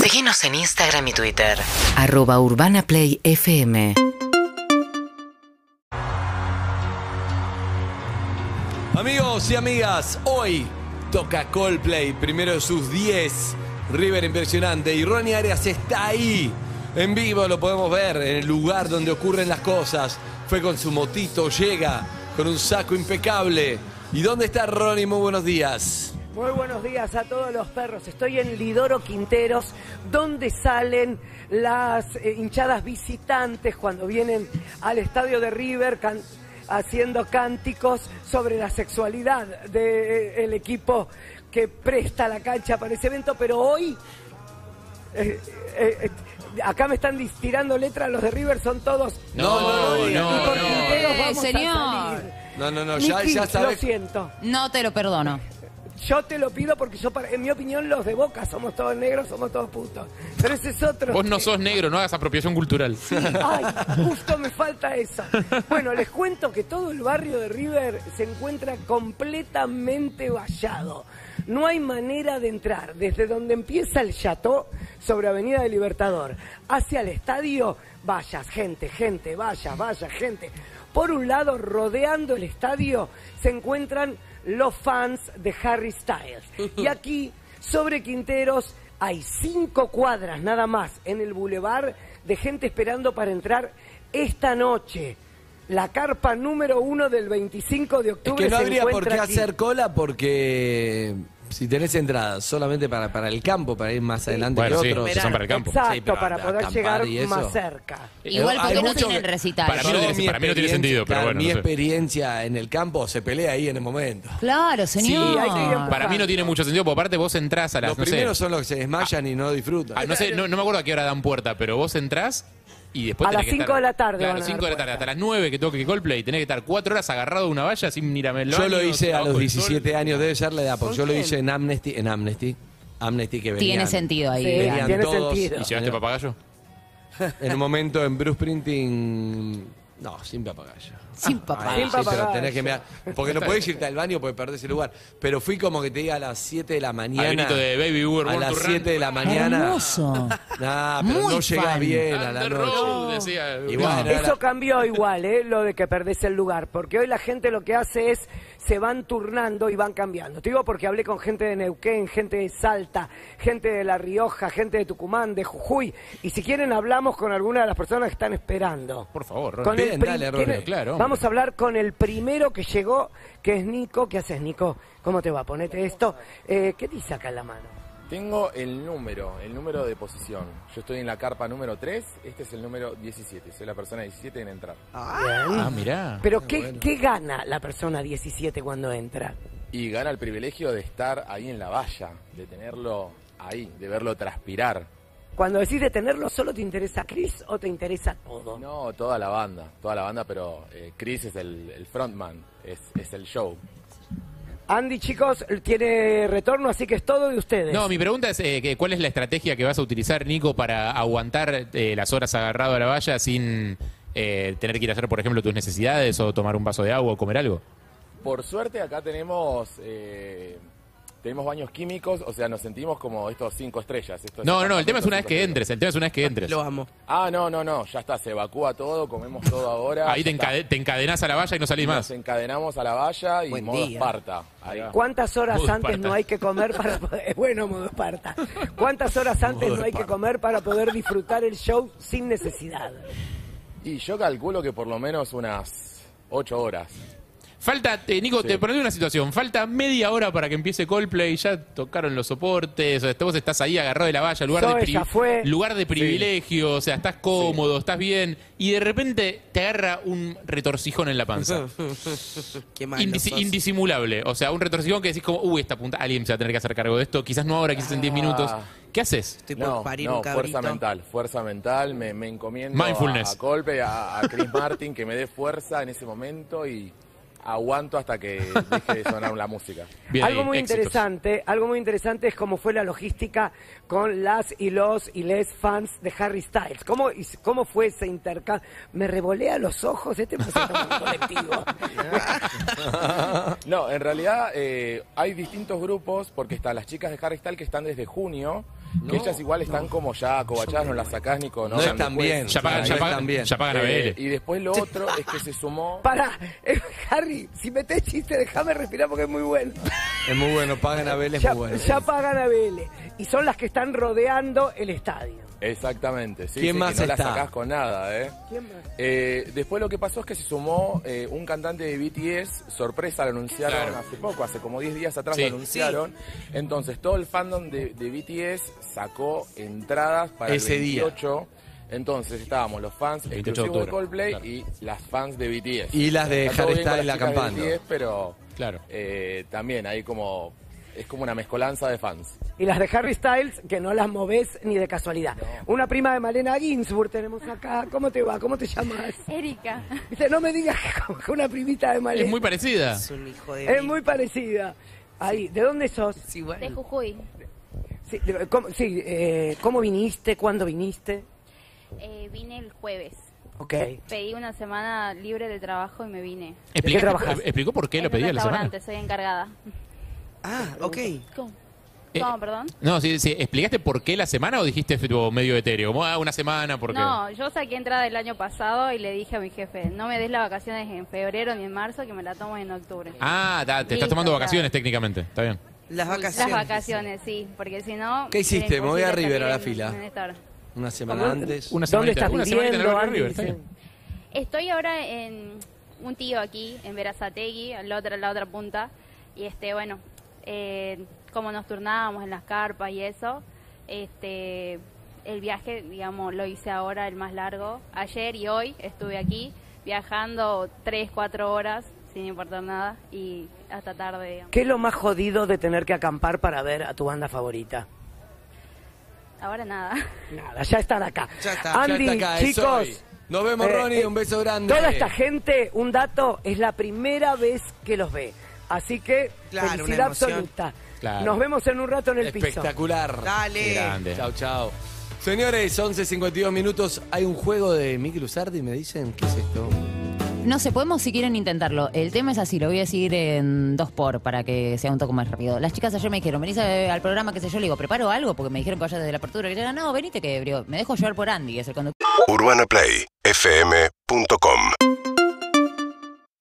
Seguinos en Instagram y Twitter. Arroba Urbana Play FM. Amigos y amigas, hoy toca Coldplay, primero de sus 10. River impresionante y Ronnie Arias está ahí. En vivo lo podemos ver, en el lugar donde ocurren las cosas. Fue con su motito, llega con un saco impecable. ¿Y dónde está Ronnie? Muy buenos días. Muy buenos días a todos los perros. Estoy en Lidoro Quinteros, donde salen las eh, hinchadas visitantes cuando vienen al estadio de River can- haciendo cánticos sobre la sexualidad del equipo que presta la cancha para ese evento. Pero hoy, eh, eh, eh, acá me están dis- tirando letras los de River, son todos. No, no, Y no, por no. Quinteros Eh, vamos a señor. salir. No, no, no, ya, Nicky, ya Lo sabes. siento. No te lo perdono. Yo te lo pido porque yo, para- en mi opinión, los de Boca somos todos negros, somos todos putos. Pero ese es otro. Vos no sos negro, no hagas apropiación cultural. Ay, justo me falta eso. Bueno, les cuento que todo el barrio de River se encuentra completamente vallado. No hay manera de entrar. Desde donde empieza el Chateau, sobre Avenida del Libertador, hacia el estadio, vallas, gente, gente, vallas, vallas, gente. Por un lado, rodeando el estadio, se encuentran los fans de Harry Styles. Y aquí, sobre Quinteros, hay cinco cuadras nada más en el bulevar de gente esperando para entrar esta noche. La carpa número uno del 25 de Es octubre. que no se habría por encuentra qué aquí. hacer cola porque si tenés entradas solamente para, para el campo, para ir más adelante Bueno, que sí, otros. esos son para el campo. Exacto, Sí, pero para poder acampar llegar y eso. más cerca. Igual Eh, Hay porque no muchos tienen que- recital. Para mí no Yo, tiene- mi para mí no tiene experiencia, sentido, pero claro, bueno, Mi no sé. experiencia en el campo se pelea ahí en el momento. Claro, señor. hay que ir a- Para mí no tiene mucho sentido, porque aparte vos entrás a las, Los no sé, primeros son los que se desmayan y no disfrutan. a- no, sé no, no me acuerdo a qué hora dan puerta, pero vos entrás y después A tenés las que cinco estar- de la tarde Claro, van a 5 dar de la tarde, puerta. hasta las 9 que toque Coldplay, tenés que estar 4 horas agarrado a una valla sin ir a baño, Yo lo hice a abajo los del sol. 17 años, debe ser la edad, porque yo lo hice en Amnesty, en Amnesty, Amnesty que venían. Tiene sentido ahí. Sí. digamos. Venían Tiene todos, sentido. ¿Y llevaste papagayo? En un momento en Bruce Printing, no, sin papagayo. Sin Ahí papá. Sin sí te lo papagayo. tenés que mirar, porque no podés irte al baño porque perdés el lugar. Pero fui como que te diga a las 7 de la Al mañana. grito de Baby Uber, a Born las to Run. 7 de la mañana. Hermoso. Nah, Ah, pero Muy no llegás fan. bien a la Under noche. Road, decía. Igual, era la- Eso cambió igual, ¿eh? lo de que perdés el lugar, porque hoy la gente lo que hace es se van turnando y van cambiando. Te digo porque hablé con gente de Neuquén, gente de Salta, gente de La Rioja, gente de Tucumán, de Jujuy, y si quieren hablamos con alguna de las personas que están esperando. Por favor, Ronnie. Con el Bien, pri- dale, ¿quién Rorro, es? claro, hombre. Vamos a hablar con el primero que llegó, que es Nico. ¿Qué haces, Nico? ¿Cómo te va? Ponete esto. Eh, ¿Qué dice acá en la mano? Tengo el número, el número de posición. Yo estoy en la carpa número 3, este es el número 17, soy la persona 17 en entrar. Bien. Ah, mirá. Pero ¿qué, ¿qué gana la persona 17 cuando entra? Y gana el privilegio de estar ahí en la valla, de tenerlo ahí, de verlo transpirar. Cuando decís de tenerlo, ¿solo te interesa Chris o te interesa todo? No, toda la banda, toda la banda, pero eh, Chris es el, el frontman, es, es el show. Andy, chicos, tiene retorno, así que es todo de ustedes. No, mi pregunta es eh, que cuál es la estrategia que vas a utilizar, Nico, para aguantar eh, las horas agarrado a la valla sin eh, tener que ir a hacer, por ejemplo, tus necesidades o tomar un vaso de agua o comer algo. Por suerte acá tenemos... eh, tenemos baños químicos, o sea, nos sentimos como estos cinco estrellas. estos No, no, no, el tema es una vez cinco que estrellas. entres, el tema es una vez que entres. Ah, no, no, no, ya está, se evacúa todo, comemos todo ahora. Ahí te, ya está. encade- te encadenás a la valla y no salís Nos más. encadenamos a la valla y modo Esparta. Ahí va. ¿Cuántas horas Modo antes Esparta. no hay que comer para poder... eh, Bueno, modo Esparta. ¿Cuántas horas antes no hay que comer para poder disfrutar el show sin necesidad? Y yo calculo que por lo menos unas ocho horas. Falta, eh, Nico, te pones una situación. Falta media hora para que empiece Coldplay, ya tocaron los soportes, o sea, vos estás ahí agarrado de la valla, lugar, de, Zoe ya fue. lugar de privilegio, o sea, estás cómodo, estás bien, y de repente te agarra un retorcijón en la panza. Qué malo Indisi- sos. indisimulable. O sea, un retorcijón que decís como, uy, esta punta, alguien se va a tener que hacer cargo de esto, quizás no ahora, quizás en Ah. 10 minutos. ¿Qué haces? Estoy por No, parir no, un cabrito. fuerza mental, fuerza mental, me, me encomiendo Mindfulness. a, golpe a, a Chris Martin que me dé fuerza en ese momento y aguanto hasta que deje de sonar la música. Bien algo ahí, muy éxitos. interesante, algo muy interesante es cómo fue la logística con las y los y les fans de Harry Styles. ¿Cómo, y- cómo fue ese intercambio? Me revolea los ojos, este me hace como un colectivo. No, en realidad eh, hay distintos grupos porque están las chicas de Harry Styles que están desde junio Que ellas igual están como ya acobachadas, no las sacás ni con... No ya están ni bien. cuesta. Ya pagan, Ahí ya están pagan, bien. ya pagan Eh, ABL. y después lo otro es que se sumó... Pará, eh, Harry, si metés chiste, déjame respirar porque es muy bueno. Es muy bueno, pagan a Vélez, Ya, muy bueno. ya pagan a BL. Y son las que están rodeando el estadio. Exactamente, sí, ¿Quién sí, más que no está? la sacás con nada, ¿eh? ¿Quién más? Eh, después lo que pasó es que se sumó eh, un cantante de BTS, sorpresa, lo anunciaron Claro. hace poco, hace como 10 días atrás Sí. lo anunciaron. Entonces todo el fandom de, de BTS sacó entradas para Ese el día. 28. Entonces estábamos los fans 28 de exclusivos de, octubre, Coldplay claro. y las fans de BTS. Y las de Está todo Harry bien con Styles las chicas de acampando. BTS, pero Claro. eh, también hay como... Es como una mezcolanza de fans. Y las de Harry Styles, que no las movés ni de casualidad. Una prima de Malena Ginsburg tenemos acá. ¿Cómo te va? ¿Cómo te llamas? Erika. Dice, no me digas que como que una primita de Malena. Es muy parecida. Es muy parecida. Ahí, ¿de dónde sos? De Jujuy. Sí, de- ¿cómo, sí, eh, ¿cómo viniste? ¿Cuándo viniste? Eh, vine el jueves. Ok. Pedí una semana libre de trabajo y me vine. Explica- trabajas? ¿Explicó por qué En lo un pedía la semana? restaurante, soy encargada. Ah, ok. ¿Cómo? Eh, ¿Cómo, perdón? No, sí, sí. ¿Explicaste por qué la semana o dijiste tipo, medio etéreo? Como, ah, una semana, porque... No, yo saqué entrada el año pasado y le dije a mi jefe, no me des las vacaciones en febrero ni en marzo, que me la tomo en octubre. Ah, ta- te estás Listo, tomando claro. vacaciones técnicamente. Está bien. Las Las vacaciones. vacaciones, sí, porque si no... ¿Qué hiciste? era Me voy a imposible River a la salir en- fila. en esta hora. Una semana ¿Cómo? antes. Una ¿Dónde semanita- estás una semanita en el viviendo, barrio Andy? River, está bien. Dicen. Estoy ahora en un tío aquí, en Verazategui, a la otra, a la otra punta. Y este, bueno, eh, como nos turnábamos en las carpas y eso, este, el viaje, digamos, lo hice ahora, el más largo. Ayer y hoy estuve aquí viajando 3, 4 horas, sin importar nada, y hasta tarde, digamos. ¿Qué es lo más jodido de tener que acampar para ver a tu banda favorita? Ahora nada. Nada, ya están acá. Ya está, Andy, Ya está acá, es chicos. hoy. Nos vemos, eh, Ronnie. eh, un beso grande. Toda esta gente, un dato, es la primera vez que los ve. Así que, Claro, una felicidad emoción. absoluta. Claro. Nos vemos en un rato en el piso. Espectacular. Dale. Grande. Chao, chao. Señores, 11.52 minutos. Hay un juego de Miki Luzardi, me dicen. ¿Qué es esto? No sé, podemos si quieren intentarlo. El tema es así, lo voy a decir en dos por para que sea un toque más rápido. Las chicas ayer me dijeron, venís a- eh, al programa, qué sé yo, le digo, preparo algo, porque me dijeron que vaya desde la apertura. Y yo, no, venite que digo, me dejo llevar por Andy, que es el conductor. UrbanaPlayFM.com